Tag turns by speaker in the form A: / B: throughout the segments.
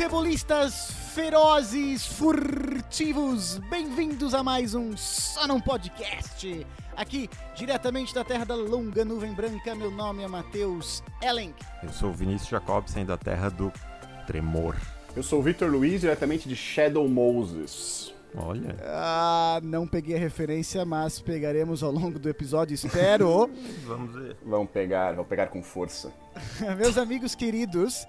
A: egoístas, ferozes, furtivos, bem-vindos a mais um Só Não Podcast. Aqui, diretamente da terra da longa nuvem branca, meu nome é Matheus Ellenk.
B: Eu sou o Vinícius Jacobsen, da terra do tremor.
C: Eu sou o Vitor Luiz, diretamente de Shadow Moses.
B: Olha,
A: Ah, não peguei a referência, mas pegaremos ao longo do episódio, espero.
B: vamos ver.
C: Vão pegar, vão pegar com força.
A: Meus amigos queridos,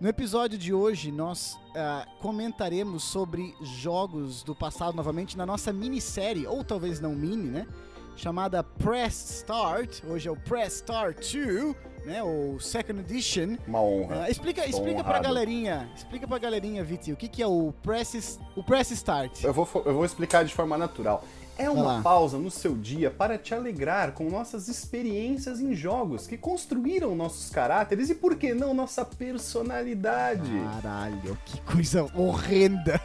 A: no episódio de hoje nós ah, comentaremos sobre jogos do passado novamente na nossa minissérie, ou talvez não mini, né? Chamada Press Start. Hoje é o Press Start 2, né? Ou Second Edition.
C: Uma honra.
A: Ah, explica
C: Tô
A: explica pra
C: É, honrado.
A: galerinha, explica pra galerinha, Viti, o que, que é o Press, o press Start.
C: Eu vou, fo- eu vou explicar de forma natural. É
A: Vai lá.
C: uma pausa no seu dia para te alegrar com nossas experiências em jogos que construíram nossos caráteres e, por que não, nossa personalidade.
A: Ah, Caralho, que coisa horrenda.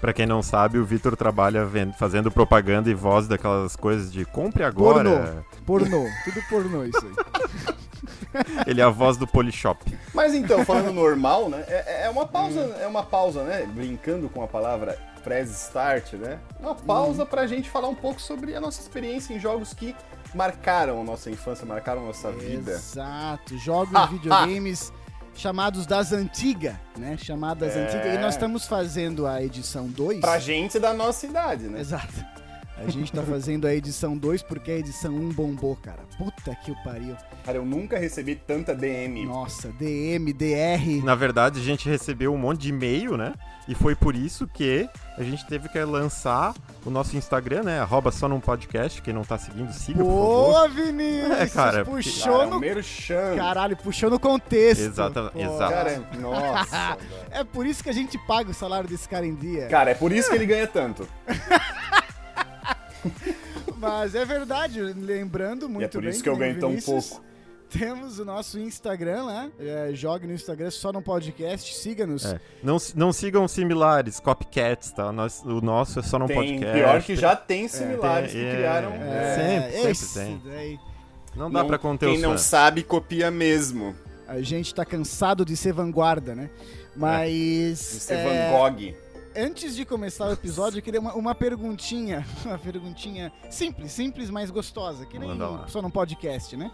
B: Pra quem não sabe, o Vitor trabalha vendo- fazendo propaganda e voz daquelas coisas de compre agora.
A: Pornô, tudo pornô isso aí.
B: Ele é a voz do Polishop.
C: Mas então, falando normal, né? É, é uma pausa, é uma pausa, né? Brincando com a palavra press start, né? Uma pausa pra gente falar um pouco sobre a nossa experiência em jogos que marcaram a nossa infância, marcaram a nossa vida.
A: Exato, jogos e videogames chamados das antigas, né? Chamadas
C: É.
A: antigas. E nós estamos fazendo a edição 2.
C: Pra gente da nossa idade, né?
A: Exato. A gente tá fazendo a edição 2 porque a edição 1 um bombou, cara. Puta que o pariu.
C: Cara, eu nunca recebi tanta DM.
A: Nossa, DM, DR.
B: Na verdade, a gente recebeu um monte de e-mail, né? E foi por isso que a gente teve que lançar o nosso Instagram, né? Arroba só num podcast. Quem não tá seguindo, siga, por favor.
A: Boa, Vinícius!
B: É, cara,
A: puxou
C: Cara, um
A: no.
C: merchan.
A: Caralho, puxou no contexto.
B: Exata-
A: Pô,
B: exato.
C: Cara, é- nossa. velho.
A: É por isso que a gente paga o salário desse cara em dia.
C: Cara, é por isso que ele ganha tanto.
A: Mas é verdade, lembrando muito
C: e é por
A: bem
C: isso que eu
A: nem o
C: ganho tão
A: Vinícius,
C: pouco.
A: Temos o nosso Instagram lá. É, jogue no Instagram, só no podcast. Siga-nos.
B: É. Não, s- não sigam similares, copycats, tá? Nós- o nosso é só num
C: Tem
B: podcast.
C: pior que já tem similares
B: tem-
C: que
B: é,
C: criaram. né,
B: é. sempre, sempre tem.
A: daí.
B: Não dá
C: Não-
B: pra conter
C: Quem
B: os
C: não
B: fãs.
C: sabe, copia mesmo.
A: A gente tá cansado de ser vanguarda, né? Mas.
C: De ser
A: é,
C: Van Gogh.
A: Antes de começar o episódio, eu queria uma, uma perguntinha. Uma perguntinha simples, simples, mas gostosa. Que nem
B: Manda lá.
A: só num podcast, né?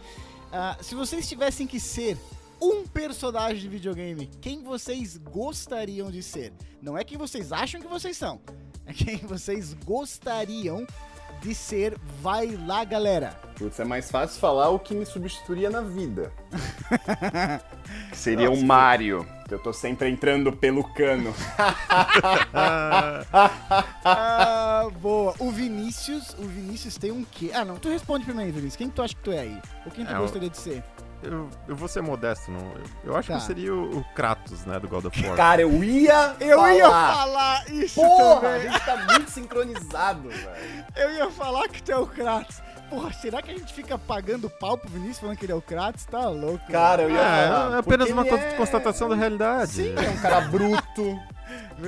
A: Ah, se vocês tivessem que ser um personagem de videogame, quem vocês gostariam de ser? Não é quem vocês acham que vocês são. É quem vocês gostariam de ser. Vai lá, galera.
C: Putz, é mais fácil falar o que me substituiria na vida. Que Seria
B: Nossa,
C: o Mario. Que eu tô sempre entrando pelo cano.
A: Ah, boa. O Vinícius, o Vinícius tem um quê? Ah, não. Tu responde primeiro, Vinícius. Quem tu acha que tu é aí? Ou quem tu
B: É, eu-
A: gostaria de ser?
B: Eu, eu vou ser modesto, não. Eu, eu acho
A: Tá.
B: que eu seria o, o Kratos, né, do God of War.
C: Cara, eu ia.
A: Eu
C: falar.
A: ia falar isso
C: Porra, a
A: também.
C: gente tá muito sincronizado, velho.
A: Eu ia falar que tu é o Kratos. Porra, será que a gente fica pagando pau pro Vinícius falando que ele é o Kratos? Tá louco.
C: Cara, eu ia
B: Ah,
C: falar.
B: é apenas
C: porque
B: uma
C: ele é-
B: constatação da realidade.
C: Sim, é um cara bruto,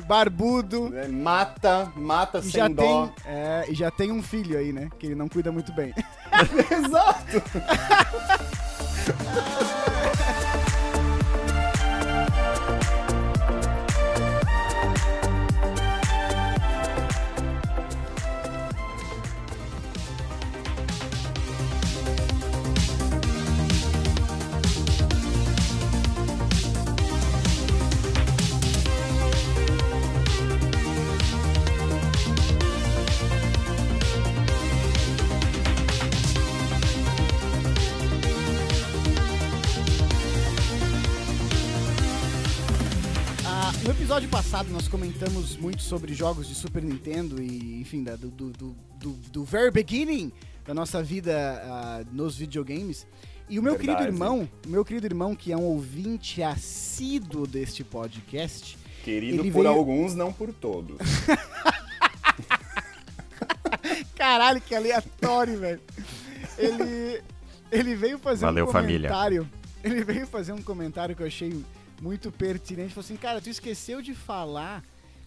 A: Barbudo.
C: né, mata, mata
A: E
C: sem
A: já,
C: dó.
A: tem, é, e já tem um filho aí, né? Que ele não cuida muito bem.
C: Exato.
A: Ah, no episódio passado nós comentamos muito sobre jogos de Super Nintendo e, enfim, da- do, do, do, do- do very beginning da nossa vida ah, nos videogames. E o meu
C: Verdade.
A: querido irmão, o meu querido irmão, que é um ouvinte assíduo deste podcast,
C: Querido
A: Ele
C: por
A: veio-
C: alguns, não por todos.
A: Caralho, que aleatório, velho. Ele, ele veio fazer
B: Valeu,
A: um
B: família.
A: comentário. Ele veio fazer um comentário que eu achei muito pertinente. Falou assim, cara, tu esqueceu de falar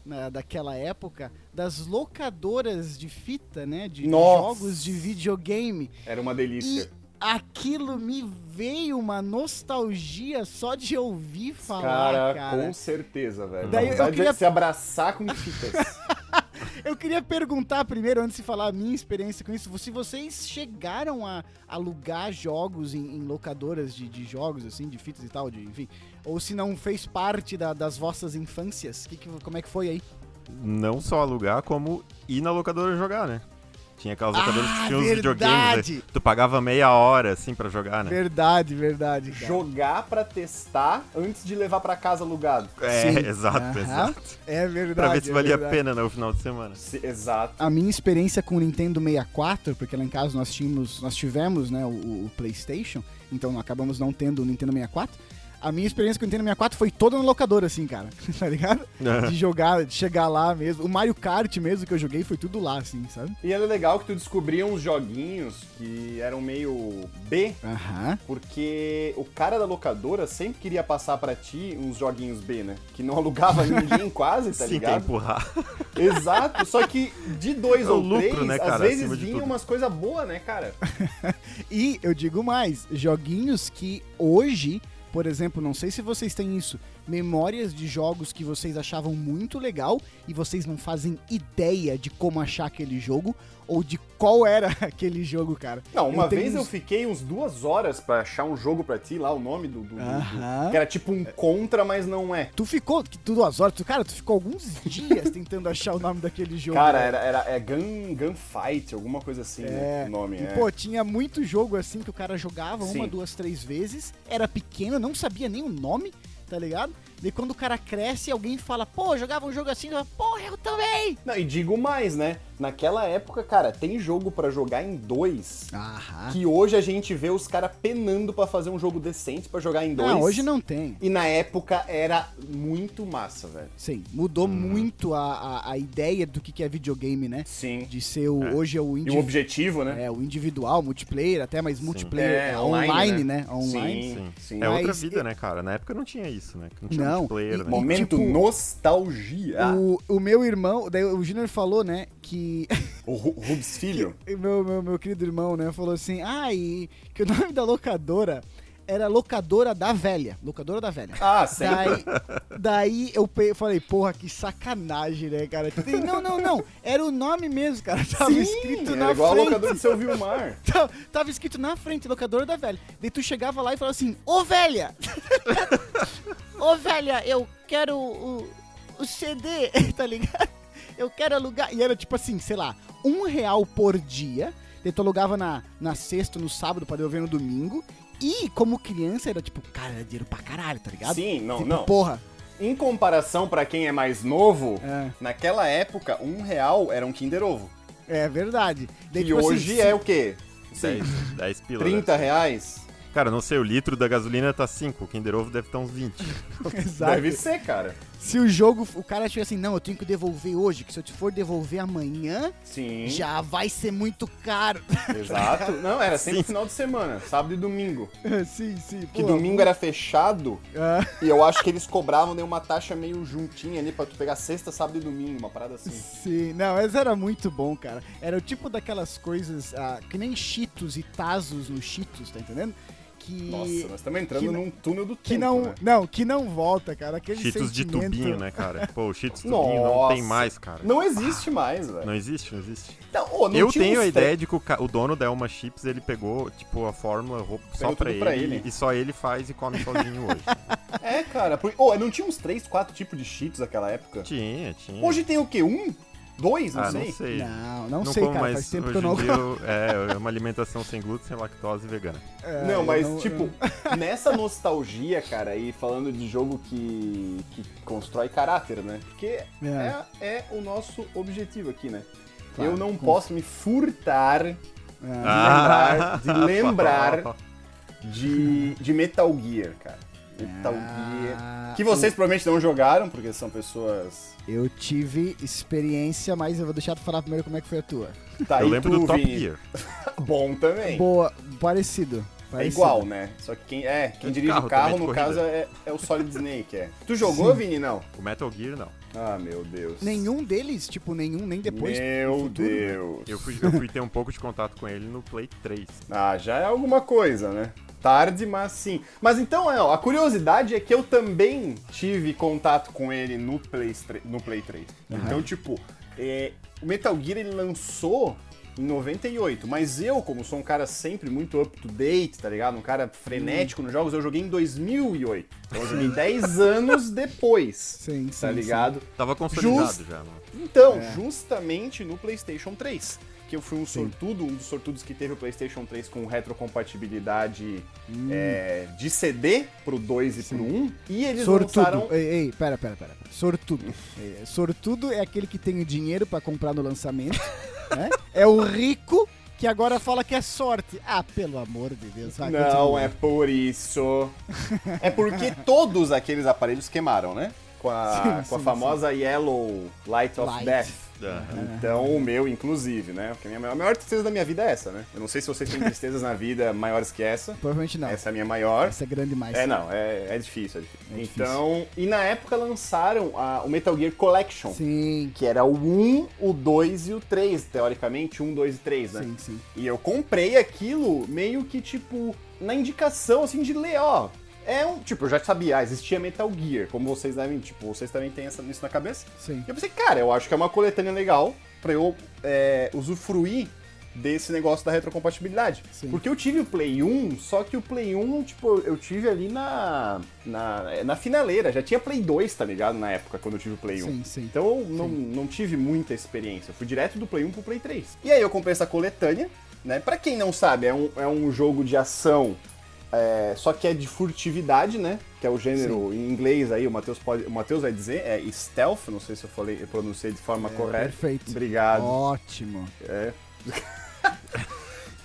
A: na, daquela época das locadoras de fita, né? De
C: Nossa.
A: jogos de videogame.
C: Era uma delícia.
A: aquilo me veio uma nostalgia só de ouvir
C: Cara,
A: falar, cara.
C: com certeza, velho.
A: Daí
C: Daí
A: eu
C: vontade
A: queria-
C: de se abraçar com fitas.
A: Eu queria perguntar primeiro, antes de falar a minha experiência com isso, se vocês chegaram a alugar jogos em, em locadoras de, de jogos, assim, de fitas e tal, de, enfim. Ou se não fez parte da- das vossas infâncias, que que- como é que foi aí?
B: Não só alugar, como ir na locadora jogar, né? Tinha aquelas locadoras
A: Ah,
B: que tinham os videogames.
A: verdade!
B: né? Tu pagava meia hora, assim, pra jogar, né?
A: Verdade, verdade. cara.
C: Jogar pra testar antes de levar pra casa alugado.
B: É,
A: Sim.
B: exato,
A: Aham.
B: exato.
A: É verdade.
B: Pra ver se
A: é
B: valia a
A: verdade.
B: pena no final de semana.
C: Se- Exato.
A: a minha experiência com o Nintendo 64, porque lá em casa nós tínhamos, nós tivemos, né, o, o PlayStation, então acabamos não tendo o Nintendo 64. A minha experiência com o Nintendo 64 foi toda na locadora, assim, cara, tá ligado? De jogar, de chegar lá mesmo. O Mario Kart mesmo que eu joguei foi tudo lá, assim, sabe?
C: E era legal que tu descobria uns joguinhos que eram meio B,
A: Aham.
C: porque o cara da locadora sempre queria passar pra ti uns joguinhos B, né? Que não alugava ninguém quase, tá
B: Sim, quer
C: ligado?
B: empurrar.
C: Exato, só que de dois
B: É o
C: ou
B: lucro,
C: três,
B: né,
C: às
B: cara,
C: vezes
B: acima de
C: vinha
B: tudo.
C: umas coisas boas, né, cara?
A: E eu digo mais, joguinhos que hoje, por exemplo, não sei se vocês têm isso, memórias de jogos que vocês achavam muito legal e vocês não fazem ideia de como achar aquele jogo ou de qual era aquele jogo, cara.
C: Não, uma
A: tenho
C: vez eu
A: uns-
C: fiquei uns duas horas pra achar um jogo pra ti lá, o nome do. do- do-
A: Aham.
C: Que era tipo
B: É.
C: um contra, mas não é.
A: Tu ficou que tu duas horas, tu, cara, tu ficou alguns dias tentando achar o nome daquele jogo.
C: Cara,
A: né?
C: era, era é Gun, Gunfight, alguma coisa assim, né? O nome,
A: E,
C: é.
A: pô, tinha muito jogo assim que o cara jogava uma,
C: Sim.
A: duas, três vezes, era pequeno, não sabia nem o nome, tá ligado? E quando o cara cresce, alguém fala, pô, eu jogava um jogo assim, eu falo, porra, eu também!
C: Não, e digo mais, né? Naquela época, cara, tem jogo pra jogar em dois.
A: Aham.
C: Que hoje a gente vê os caras penando pra fazer um jogo decente pra jogar em dois.
A: Não, hoje não tem.
C: E na época era muito massa, velho.
A: Sim, mudou
C: Hum.
A: muito a, a, a ideia do que, que é videogame, né?
C: Sim.
A: De ser o, hoje é o,
C: E o
A: indivi
C: objetivo, né?
A: é, o individual, multiplayer até, mas multiplayer é, online, né? Online.
C: Sim, sim.
B: É outra
A: Mas-
B: vida, né, cara? Na época não tinha isso, né? Não tinha
A: Não,
B: multiplayer,
A: e-
B: né?
C: Momento
A: tipo,
C: nostalgia. Ah, O,
A: O, o meu irmão, daí o Júnior falou, né, que
C: Ru- Rubens Filho.
A: E meu, meu, meu querido irmão, né, falou assim, ah, e que o nome da locadora era locadora da velha, locadora da velha.
C: Ah, sempre.
A: Daí, daí eu pe- falei, porra, que sacanagem, né, cara? Tipo, Não, não, não, era o nome mesmo, cara, tava
C: Sim,
A: escrito
C: era
A: na
C: igual
A: frente.
C: ao locador de seu Vilmar.
A: Tava, tava escrito na frente, locadora da velha. Daí tu chegava lá e falava assim, ô velha! ô velha, eu quero o, o CD, tá ligado? Eu quero alugar. E era tipo assim, sei lá, um real por dia. Daí tu alugava na, na sexta, no sábado, pra devolver no domingo. E como criança era tipo, cara, era dinheiro pra caralho, tá ligado?
C: Sim, não,
A: Tipo,
C: não.
A: Porra.
C: Em comparação pra quem é mais novo,
A: É.
C: naquela época, um real era um Kinder Ovo.
A: É verdade. Daí,
C: E
A: tipo assim,
C: hoje
A: se-
C: é o quê? Sim,
B: 10, 10 pila. né?
C: 30 reais?
B: Cara, não sei, o litro da gasolina tá 5, o Kinder Ovo deve estar uns 20.
A: Exato.
C: Deve ser, cara.
A: Se o jogo, o cara tiver assim, não, eu tenho que devolver hoje, que se eu te for devolver amanhã,
C: Sim,
A: já vai ser muito caro.
C: exato. Não, era sempre
B: Sim.
C: final de semana, sábado e domingo.
A: sim, sim.
C: Que domingo era fechado
A: Ah,
C: e eu acho que eles cobravam né, uma taxa meio juntinha ali pra tu pegar sexta, sábado e domingo, uma parada assim.
A: sim, não, mas era muito bom, cara. Era o tipo daquelas coisas ah, que nem Cheetos e Tazos no Cheetos, tá entendendo? Que.
C: Nossa, nós estamos entrando
A: que-
C: num túnel do tempo,
A: que não,
C: né?
A: não, que não volta, cara. Aquele
B: Cheetos de
A: sentimento-
B: tubinho, né, cara? Pô, o Cheetos tubinho não
C: Nossa.
B: tem mais, cara.
C: Não existe mais,
A: é-
C: velho.
B: Não existe, não existe.
C: Não, ô, não
B: eu
C: tinha
B: tenho
C: uns
B: a
C: tre-
B: ideia de que o, ca- o dono da Elma Chips, ele pegou, tipo, a fórmula ro- só
C: Pegou
B: pra
C: tudo
B: ele,
C: pra ele.
B: e só ele faz e come sozinho hoje.
C: É, cara. Porque, oh, não tinha uns três, quatro tipos de cheetos naquela época?
B: Tinha, tinha.
C: Hoje tem o quê? Um? Dois? Não
B: ah,
C: sei.
B: não sei.
A: Não, não, sei,
B: como
A: cara.
B: mais
A: Faz tempo
B: hoje
A: que eu não.
B: em dia eu- é, é uma alimentação sem glúten, sem lactose e vegana.
A: É,
C: Não,
A: eu
C: mas,
A: não-
C: tipo, nessa nostalgia, cara, e falando de jogo que, que constrói caráter, né? Porque é. é o nosso objetivo aqui, né?
A: Claro,
C: eu não
A: com- É.
C: posso me furtar de
B: Ah.
C: lembrar, de, lembrar de, de Metal Gear, cara. Metal Gear.
A: Ah,
C: Que vocês provavelmente não jogaram, porque são pessoas.
A: Eu tive experiência, mas eu vou deixar tu falar primeiro como é que foi a tua.
C: Tá,
B: eu
C: e
B: lembro
C: tu,
B: do Top
C: Vini?
B: Gear.
C: Bom também.
A: Boa, parecido.
C: É
A: Parecido.
C: igual, né? Só que quem, é, quem
B: É de
C: dirige
B: carro
C: o carro,
B: também, de
C: no
B: corrida.
C: caso, é, é o Solid Snake, é. Tu jogou, Vini? Não.
B: O Metal Gear, não.
C: Ah, meu Deus.
A: Nenhum deles, tipo, nenhum, nem depois.
C: Meu
A: no futuro, né?
C: Deus.
B: Eu fui, eu fui ter um pouco de contato com ele no Play 3.
C: Ah, já é alguma coisa, né? Tarde, mas sim. Mas então, é, ó, a curiosidade é que eu também tive contato com ele no Play, tre- no Play 3. Então, tipo, é, o Metal Gear ele lançou em 98, mas eu, como sou um cara sempre muito up to date, tá ligado? Um cara frenético nos jogos, eu joguei em 2008. Então eu joguei 10 anos depois.
A: Sim, sim,
C: Tá
A: sim.
C: ligado?
B: Tava consolidado
C: Just-
B: já, mano.
C: Então,
A: É.
C: justamente no PlayStation 3, que eu fui um sortudo, um dos sortudos que teve o PlayStation 3 com retrocompatibilidade
A: Hum.
C: é, de CD pro 2 e pro 1, e eles
A: Sortudo.
C: lançaram
A: Ei, ei, pera, pera, pera. Sortudo. É, Sortudo é aquele que tem o dinheiro pra comprar no lançamento. né? É o rico que agora fala que é sorte. Ah, pelo amor de Deus. vai,
C: Não
A: continua.
C: é por isso. É porque todos aqueles aparelhos queimaram, né? Com a,
A: Sim,
C: com a
A: sim,
C: famosa Yellow Light of
A: Light.
C: Death.
B: Aham.
C: Então, o meu, inclusive, né? Porque a, minha, maior- a maior tristeza da minha vida é essa, né? Eu não sei se vocês têm tristezas na vida maiores que essa.
A: Provavelmente não. Essa,
C: Essa é a minha maior.
A: é grande mais.
C: É, não, é, é difícil, é difícil.
A: É difícil.
C: então, e na época lançaram a- o Metal Gear Collection,
A: Sim,
C: que era o 1, o 2 e o 3, teoricamente, 1, 2 e 3, né?
A: sim, sim.
C: E eu comprei aquilo meio que, tipo, na indicação, assim, de ler, ó. É um. Tipo, eu já sabia, ah, existia Metal Gear, como vocês devem. Tipo, vocês também têm essa, isso na cabeça.
A: sim.
C: E eu pensei, cara, eu acho que é uma coletânea legal pra eu é, usufruir desse negócio da retrocompatibilidade.
A: Sim.
C: Porque eu tive o Play 1, só que o Play 1, tipo, eu tive ali na, na, é, na finaleira. Já tinha Play 2, tá ligado? Na época, quando eu tive o Play 1.
A: Sim, sim.
C: Então eu não, não tive muita experiência. Eu fui direto do Play 1 pro Play 3. E aí eu comprei essa coletânea, né? Pra quem não sabe, é um, é um jogo de ação, é, só que é de furtividade, né? Que é o gênero em inglês aí, o Matheus pode. O Matheus vai dizer, é stealth, não sei se eu falei, eu pronunciei de forma correta.
A: É, perfeito.
C: é. Obrigado.
A: Ótimo.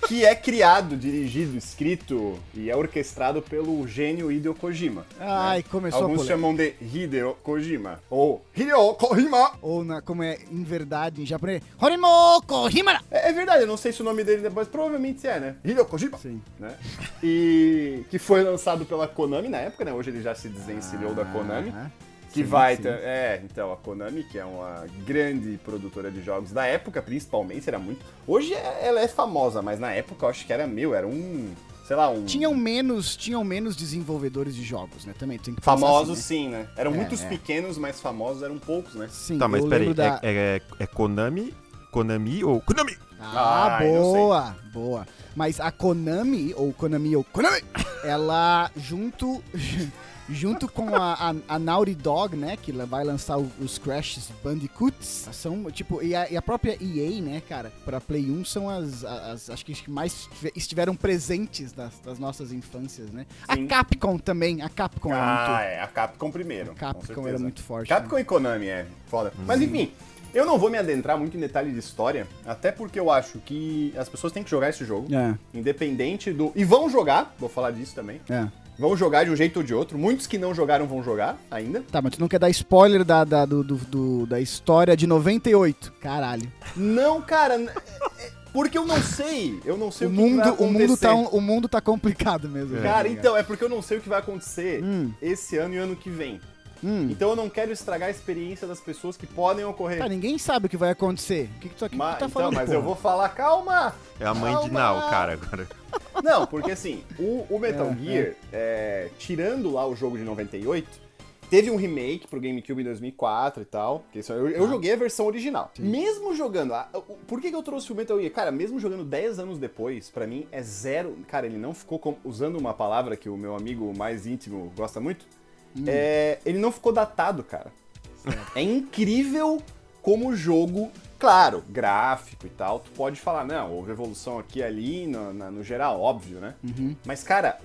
C: Que é criado, dirigido, escrito e é orquestrado pelo gênio Hideo Kojima. né?
A: Ai, começou a
C: Alguns
A: polêmica.
C: chamam de Hideo Kojima. Ou Hideo Kojima!
A: Ou na, como é em verdade em japonês, Horimoko Himara!
C: É, é verdade, eu não sei se o nome dele depois, provavelmente é, né? Hideo Kojima.
A: Sim.
C: Né? E que foi lançado pela Konami na época, né? Hoje ele já se desencilhou da Konami.
A: Aham.
C: Que
A: Sim,
C: vai.
A: sim.
C: ter- É, então, a Konami, que é uma grande produtora de jogos da época, principalmente, era muito. Hoje é- ela é famosa, mas na época eu acho que era meu, era um. Sei lá, um.
A: Tinham menos, tinham menos desenvolvedores de jogos, né? Também tem que pensar
C: Famosos,
A: assim,
C: sim, né? Eram
A: É,
C: muitos
A: é.
C: pequenos, mas famosos eram poucos, né?
A: né? Sim,
B: Tá, mas
A: eu
B: peraí,
A: lembro da-
B: é, é, é Konami, Konami ou Konami?
A: Ah,
C: Ai, não sei.
A: boa, boa. Mas a Konami, ou Konami, ou Konami, ela junto... Junto com a, a, a Naughty Dog, né, que ela vai lançar o- os Crashes Bandicoots, são, tipo, e a, e a própria EA, né, cara, pra Play 1 são as, as acho que as que mais estive- estiveram presentes das, das nossas infâncias, né.
C: Sim.
A: A Capcom também, a Capcom é
C: ah,
A: muito...
C: é, a Capcom primeiro.
A: A
C: com
A: Capcom era
C: certeza.
A: muito forte. né? Uhum.
C: Capcom e Konami é foda. Mas enfim, eu não vou me adentrar muito em detalhe de história, até porque eu acho que as pessoas têm que jogar esse jogo,
A: É,
C: independente do. E vão jogar, vou falar disso também.
A: é.
C: Vão jogar de um jeito ou de outro. Muitos que não jogaram vão jogar ainda.
A: Tá, mas tu não quer dar spoiler da, da, do, do- do- da história de 98. Caralho.
C: Não, cara. n- é- porque eu não sei. Eu não sei
A: O
C: o, que que vai
A: mundo, o, mundo tá,
C: acontecer.
A: um- o mundo tá complicado mesmo.
C: Cara, então, é porque eu não sei o que vai acontecer
A: Hum.
C: esse ano e ano que vem.
A: Hum.
C: Então eu não quero estragar a experiência das pessoas que podem ocorrer.
A: Tá, ninguém sabe o que vai acontecer. O que, que tu, o que
C: mas,
A: tu tá
C: é. então,
A: falando?
C: mas
A: porra?
C: eu vou falar, calma!
B: É a mãe de Nau, cara, agora.
C: Não, porque assim, o, o Metal
A: É,
C: Gear, é, tirando lá o jogo de 98, teve um remake pro GameCube em 2004 e tal. que isso- Eu,
A: Ah.
C: eu joguei a versão original. Mesmo jogando. a- o- por que, que eu trouxe o Metal Gear? Cara, mesmo jogando 10 anos depois, pra mim é zero. Cara, ele não ficou. com- usando uma palavra que o meu amigo mais íntimo gosta muito,
A: Hum.
C: é, ele não ficou datado, cara. É incrível como o jogo, claro, gráfico e tal, tu pode falar, não, houve evolução aqui e ali, no, na- no geral, óbvio, né?
A: Uhum.
C: Mas, cara,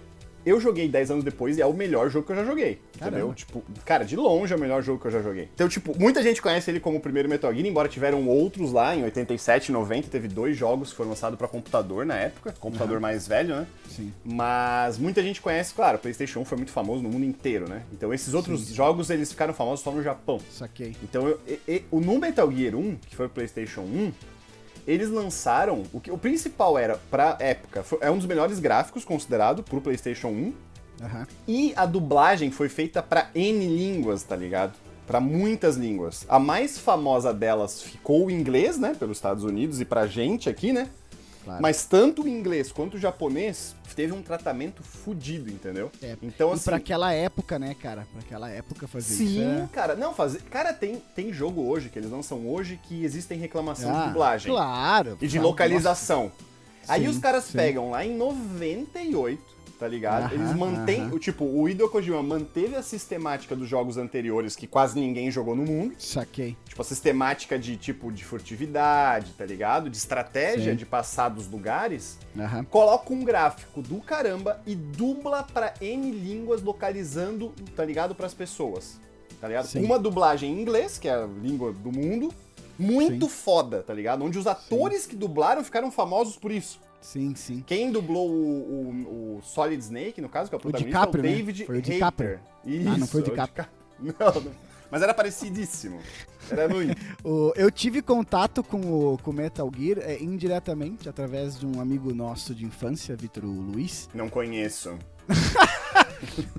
C: eu joguei 10 anos depois e é o melhor jogo que eu já joguei. Entendeu?
A: Caramba.
C: Tipo, cara, de longe é o melhor jogo que eu já joguei. Então, tipo, muita gente conhece ele como o primeiro Metal Gear, embora tiveram outros lá em 87, 90, teve dois jogos que foram lançados pra computador na época, computador mais velho, né?
A: Sim.
C: Mas muita gente conhece, claro, o PlayStation 1 foi muito famoso no mundo inteiro, né? Então esses outros jogos eles ficaram famosos só no Japão.
A: Saquei.
C: um, Então eu, e- e- o no Metal Gear 1, que foi o PlayStation 1, Eles lançaram. O, que, o principal era, pra época, foi- é um dos melhores gráficos considerado pro PlayStation 1.
A: Aham.
C: E a dublagem foi feita pra N línguas, tá ligado? Pra muitas línguas. A mais famosa delas ficou o inglês, né? Pelos Estados Unidos e pra gente aqui, né?
A: Claro.
C: Mas tanto o inglês quanto o japonês teve um tratamento fudido, entendeu?
A: É.
C: Então,
A: E pra aquela época, né, cara? Pra aquela época fazer isso. é.
C: Sim,
A: era-
C: cara. Não, fazer. Cara, tem, tem jogo hoje que eles lançam hoje que existem reclamação
A: Ah,
C: de dublagem
A: Claro.
C: e de
A: claro,
C: localização. Aí
A: Sim,
C: os caras
A: sim.
C: pegam lá em 98, tá ligado?
A: Aham,
C: Eles mantêm.
A: aham.
C: o Tipo, o Hideo Kojima manteve a sistemática dos jogos anteriores que quase ninguém jogou no mundo.
A: nossa, Saquei.
C: Tipo, a sistemática de tipo de furtividade, tá ligado? De estratégia
A: Sim.
C: de passar dos lugares.
A: Aham.
C: Coloca um gráfico do caramba e dubla pra N línguas localizando, tá ligado? Pras pessoas. Tá ligado?
A: Sim.
C: Uma dublagem em inglês, que é a língua do mundo, muito foda, tá ligado? Onde os atores que dublaram ficaram famosos por isso.
A: Sim, sim.
C: Quem dublou o, o- o Solid Snake, no caso, que é o protagonista,
A: DiCaprio,
C: é
A: né?
C: o David
A: Foi o
C: Hayter.
A: DiCaprio.
C: Isso,
A: Ah, não foi o
C: é
A: DiCaprio.
C: DiCaprio. Não, não. Mas era parecidíssimo. Era ruim.
A: O- eu tive contato com o com o Metal Gear é, indiretamente, através de um amigo nosso de infância, Vitor Luiz.
C: Não conheço.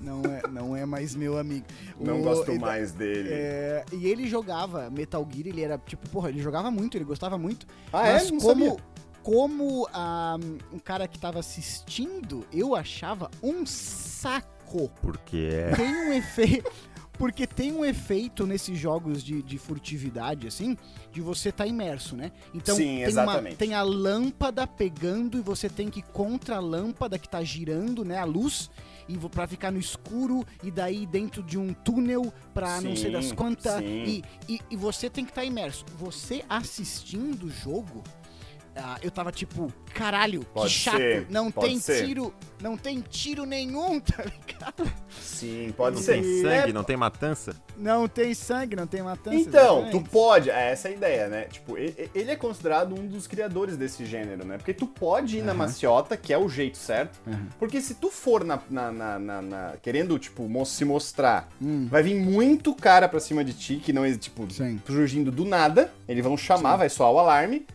A: Não é, não é mais meu amigo.
C: Não
A: O-
C: gosto
A: e-
C: mais dele.
A: é, e ele jogava Metal Gear, ele era tipo, porra, ele jogava muito, ele gostava muito.
C: Ah,
A: mas
C: é? Não
A: como,
C: sabia.
A: como ah, um cara que tava assistindo, eu achava um saco.
B: Porque é.
A: Tem um efeito. Porque tem um efeito nesses jogos de, de furtividade, assim, de você tá imerso, né? Então
C: Sim,
A: tem,
C: exatamente.
A: tem a lâmpada pegando e você tem que ir contra a lâmpada que tá girando, né? A luz, e vo- pra ficar no escuro, e daí dentro de um túnel pra não sei das
C: Sim,
A: quantas.
C: sim.
A: E, e, e você tem que estar imerso. Você assistindo o jogo, ah, eu tava tipo, caralho,
C: Pode
A: que chato.
C: ser,
A: não
C: pode
A: tem
C: ser.
A: tiro, não tem tiro nenhum, tá ligado?
C: Sim, pode
B: Não
C: ser.
B: tem
C: É,
B: sangue, não tem matança.
A: Não tem sangue, não tem matança.
C: Então, tu
A: exatamente.
C: pode, é essa a ideia, né? Tipo, e- e- ele é considerado um dos criadores desse gênero, né? Porque tu pode ir na maciota, que é o jeito certo, porque se tu for na, na- na- na- na- querendo, tipo, mo- se mostrar, vai vir muito cara pra cima de ti, que não é, tipo,
A: Hum. Sim.
C: surgindo do nada, eles vão chamar, vai soar o alarme,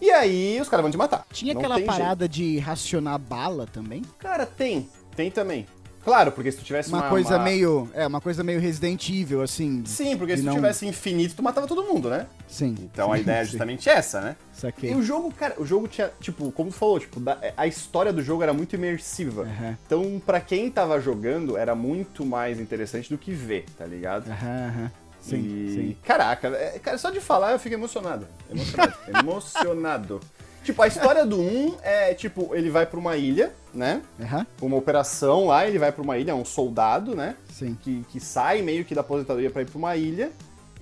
C: e aí os caras vão te matar.
A: Tinha
C: Não
A: aquela
C: tem jeito.
A: parada de racionar bala também?
C: Cara, tem, tem também. Claro, porque se tu tivesse
A: Uma,
C: uma...
A: coisa
C: uma-
A: meio. É, uma coisa meio Resident Evil, assim.
C: Sim, porque
A: de
C: se tu
A: não-
C: tivesse infinito, tu matava todo mundo, né?
A: Sim.
C: Então a
A: Sim,
C: ideia é
A: sim.
C: justamente essa, né?
A: Saquei.
C: E o jogo, cara, o jogo tinha, tipo, como tu falou, tipo, da- a história do jogo era muito imersiva.
A: Aham.
C: Então, pra quem tava jogando, era muito mais interessante do que ver, tá ligado?
A: Aham, aham. Ah, Sim,
C: E,
A: sim.
C: Caraca, é- cara, só de falar eu fico emocionado. Emocionado. emocionado. Tipo, a história do 1 é, tipo, ele vai pra uma ilha, né?
A: Aham,
C: Uma operação lá, ele vai pra uma ilha, é um soldado, né?
A: sim.
C: que, que sai meio que da aposentadoria pra ir pra uma ilha.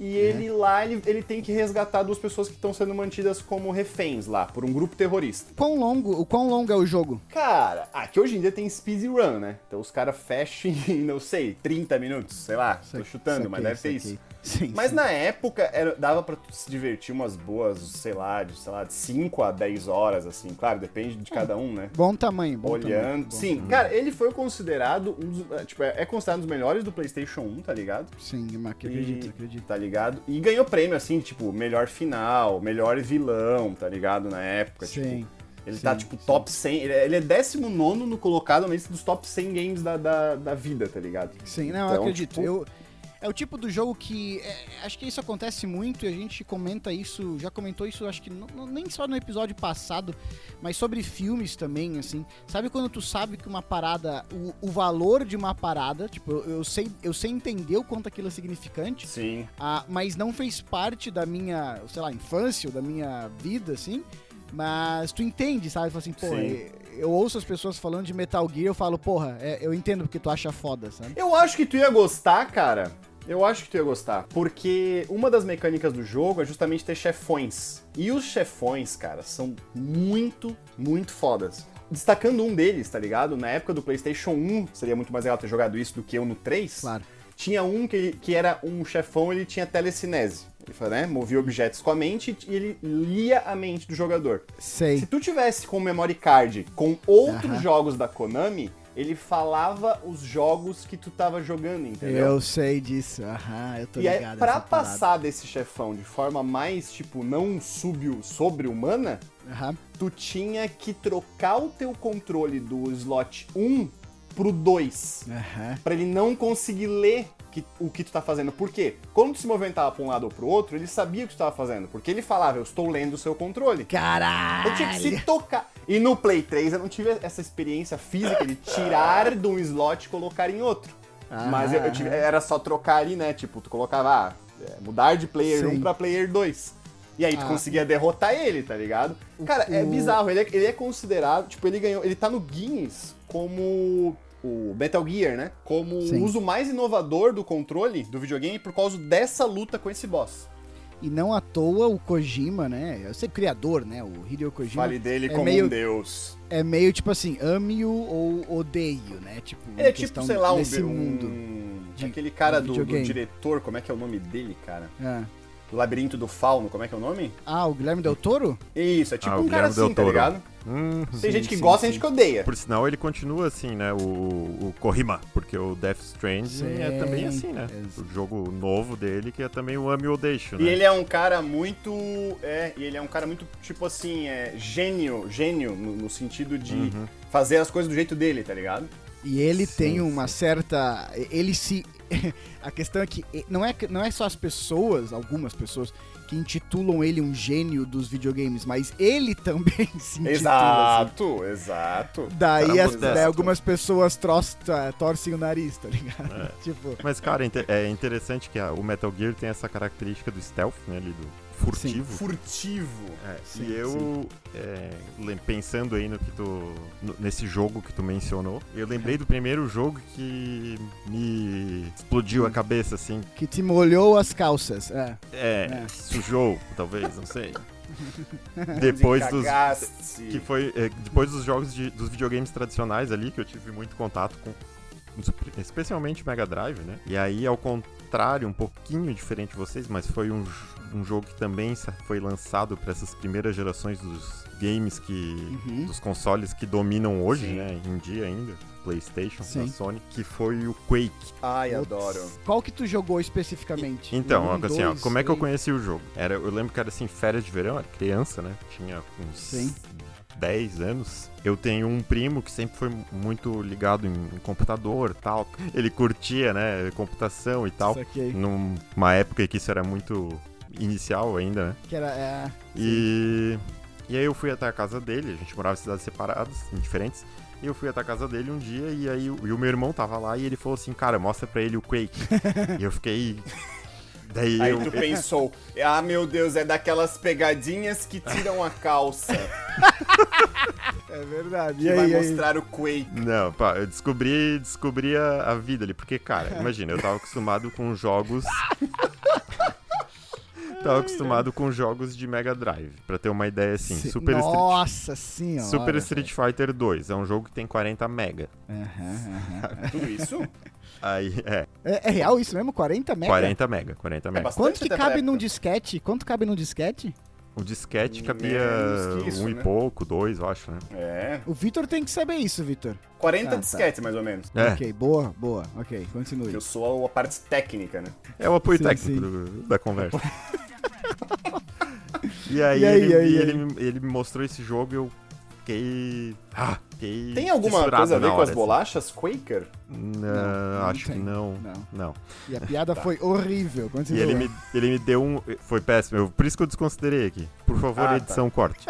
C: E
A: É.
C: ele lá, ele, ele tem que resgatar duas pessoas que estão sendo mantidas como reféns lá, por um grupo terrorista.
A: Quão longo, o quão longo é o jogo?
C: Cara, aqui hoje em dia tem speedrun, né? Então os caras fecham em, não sei, 30 minutos, sei lá, tô chutando, mas deve ser isso.
A: Sim.
C: Mas
A: sim.
C: na época era, dava pra tu se divertir umas boas, sei lá, de, sei lá, de 5 a 10 horas, assim, claro, depende
A: É.
C: de cada um, né?
A: Bom tamanho, bom tamanho.
C: Olhando.
A: Bom
C: Sim, cara, ele foi considerado um dos. Tipo, é é considerado um dos melhores do PlayStation 1, tá ligado?
A: Sim, mas que
C: E-
A: acredito, acredito.
C: Tá ligado? E ganhou prêmio, assim, tipo, melhor final, melhor vilão, tá ligado? Na época.
A: Sim.
C: Tipo, ele
A: sim,
C: tá, tipo,
A: sim.
C: top 100. Ele é, ele é 19 no colocado na lista dos top 100 games da, da, da vida, tá ligado?
A: Sim, não, eu
C: Então,
A: acredito.
C: tipo,
A: Eu, é o tipo do jogo que. é, acho que isso acontece muito e a gente comenta isso, já comentou isso, acho que não- não- nem só no episódio passado, mas sobre filmes também, assim. Sabe quando tu sabe que uma parada. O, o valor de uma parada, tipo, eu, eu sei, eu sei entender o quanto aquilo é significante,
C: Sim.
A: ah, mas não fez parte da minha, sei lá, infância ou da minha vida, assim. Mas tu entende, sabe? Fala assim, pô,
C: Sim.
A: eu ouço as pessoas falando de Metal Gear, eu falo, porra, é, eu entendo porque tu acha foda, sabe?
C: Eu acho que tu ia gostar, cara. Eu acho que tu ia gostar. Porque uma das mecânicas do jogo é justamente ter chefões. E os chefões, cara, são muito, muito fodas. Destacando um deles, tá ligado? Na época do PlayStation 1, seria muito mais legal ter jogado isso do que eu no 3.
A: Claro.
C: Tinha um que, que era um chefão, ele tinha telecinese. Ele fa- né, movia objetos com a mente e ele lia a mente do jogador.
A: Sei.
C: Se tu tivesse com o memory card com outros
A: Aham.
C: jogos da Konami, ele falava os jogos que tu tava jogando, entendeu?
A: Eu sei disso. Aham, eu tô
C: E aí,
A: ligado.
C: pra
A: essa parada.
C: passar desse chefão de forma mais, tipo, não sub sobre-humana,
A: Aham.
C: tu tinha que trocar o teu controle do slot 1 pro 2.
A: Aham.
C: Pra ele não conseguir ler que- o que tu tá fazendo. Por quê? Quando tu se movimentava pra um lado ou pro outro, ele sabia o que tu tava fazendo. Porque ele falava, eu estou lendo o seu controle.
A: Caralho!
C: Eu tinha que se tocar. E no Play 3 eu não tive essa experiência física de tirar de um slot e colocar em outro.
A: Aham,
C: Mas eu, eu
A: Ah.
C: tive- era só trocar ali, né? Tipo, tu colocava, ah, é, mudar de player
A: Sim.
C: 1 pra player 2. E aí tu
A: Ah.
C: conseguia derrotar ele, tá ligado? Cara, é
A: o-
C: bizarro. Ele é, ele é considerado, tipo, ele ganhou. Ele tá no Guinness como. O Metal Gear, né? Como
A: Sim.
C: o uso mais inovador do controle do videogame por causa dessa luta com esse boss.
A: E não à toa o Kojima, né? Eu sei criador, né? O Hideo Kojima
C: Fale dele
A: é
C: como
A: meio-
C: um deus.
A: é meio tipo assim, ame-o ou odeio, né? Tipo,
C: Ele é
A: em
C: tipo,
A: questão
C: sei lá, um.
A: desse
C: um-
A: mundo. de-
C: aquele cara
A: de
C: do, do
A: videogame.
C: diretor, como é que é o nome dele, cara?
A: Ah.
C: Do Labirinto do Fauno, como é que é o nome?
A: Ah, o Guilherme Del Toro?
C: Isso, é tipo
B: Ah, o
C: um cara
B: Guilherme Del
C: assim, tá
B: Toro.
C: ligado?
B: Hum,
C: Tem gente que
A: sim,
C: gosta e
A: sim.
C: gente que odeia.
B: por sinal, ele continua assim, né? O, o Corrima, porque o Death Stranding é
A: Sim.
B: também assim, né?
A: Ex-
B: O jogo novo dele, que é também o Ame ou Deixo, né?
C: E ele é um cara muito. É, e ele é um cara muito, tipo assim, é, gênio, gênio, no, no sentido de
B: Uhum.
C: fazer as coisas do jeito dele, tá ligado?
A: E ele
B: Sim,
A: tem uma certa. Ele se. A questão é que e- não é, que- não é só as pessoas, algumas pessoas, que intitulam ele um gênio dos videogames, mas ele também se intitula. assim.
C: Exato, exato.
A: Daí,
B: Cara
A: as-
B: modesto.
A: daí algumas pessoas tros- tá, torcem o nariz, tá ligado? Tipo,
B: Mas, cara, é inte- é interessante que a- o Metal Gear tem essa característica do stealth, né? Ali do furtivo.
C: Furtivo.
B: É,
A: Sim,
B: e eu, é, lem- pensando aí no que tu, no- nesse jogo que tu mencionou, eu lembrei do primeiro jogo que me explodiu a cabeça, assim.
A: que te molhou as calças. É.
B: É,
A: É.
B: sujou, talvez, não sei. Depois dos, que
C: Cagaste.
B: foi é, depois dos jogos de- dos videogames tradicionais ali que eu tive muito contato com especialmente o Mega Drive, né? E aí ao contrário, um pouquinho diferente de vocês, mas foi um, j- um jogo que também sa- foi lançado para essas primeiras gerações dos games que
A: Uhum.
B: dos consoles que dominam hoje,
C: Sim.
B: né? Em dia ainda, PlayStation, da
A: Sim.
B: Sony, que foi o Quake.
C: Ai,
A: Putz,
C: adoro.
A: Qual que tu jogou especificamente?
B: Então,
A: Um,
B: assim, ó,
A: dois,
B: como é que eu
A: três?
B: conheci o jogo? Era, eu lembro que era assim, férias de verão, era criança, né? Tinha uns
A: Sim.
B: 10 anos. Eu tenho um primo que sempre foi muito ligado em, em computador tal. Ele curtia, né, computação e tal.
A: Saquei.
B: Numa época em que isso era muito inicial ainda, né?
A: Que era, é,
B: E, e aí eu fui até a casa dele, a gente morava em cidades separadas, em diferentes. E eu fui até a casa dele um dia e aí o- e o meu irmão tava lá e ele falou assim, cara, mostra pra ele o Quake. e eu fiquei... Daí
C: Aí
B: eu,
C: tu pensou, ah meu Deus, é daquelas pegadinhas que tiram a calça,
A: é verdade.
C: que
A: E
C: vai
A: aí, e aí?
C: mostrar o Quake.
B: Não, pá, eu descobri, descobri a, a vida ali, porque, cara, imagina, eu tava acostumado com jogos. tava acostumado com jogos de Mega Drive, pra ter uma ideia assim.
A: Se-
B: Super, Street,
A: Nossa senhora.
B: Super Street Fighter 2 é um jogo que tem 40 Mega.
A: velho. Aham, aham.
C: Tudo isso?
B: Aí, é,
A: É, é real isso mesmo? 40 mega?
B: 40 Mega, 40 Mega.
C: bastante
A: Quanto que
C: até pra
A: cabe
C: época.
A: num disquete? Quanto cabe num disquete?
B: O
A: Hum,
B: disquete cabia
A: é,
C: Menos que isso,
B: um e
C: né?
B: pouco, dois, eu acho, né?
C: É,
A: O Vitor tem que saber isso, Vitor.
C: 40
A: Ah, tá.
C: disquetes mais ou menos.
B: É,
A: Ok, boa, boa. Ok, continue.
C: Eu sou a parte técnica, né?
B: é o apoio
A: Sim,
B: técnico
A: sim.
B: do- da conversa. e aí,
A: E aí,
B: ele,
A: e aí, e
B: e ele me- ele me mostrou esse jogo e eu fiquei. Ah, fiquei.
C: Tem alguma
B: fissurado
C: coisa a ver
B: na
C: com
B: hora,
C: as bolachas Quaker?
B: assim. Não,
A: Não, não
B: acho
A: tem.
B: que não.
A: Não.
B: Não.
A: E a piada
C: Tá.
A: foi horrível.
B: E
A: Continua.
B: ele me, ele me deu um. Foi péssimo. eu- por isso que eu desconsiderei aqui. Por favor,
C: Ah, tá.
B: edição corte.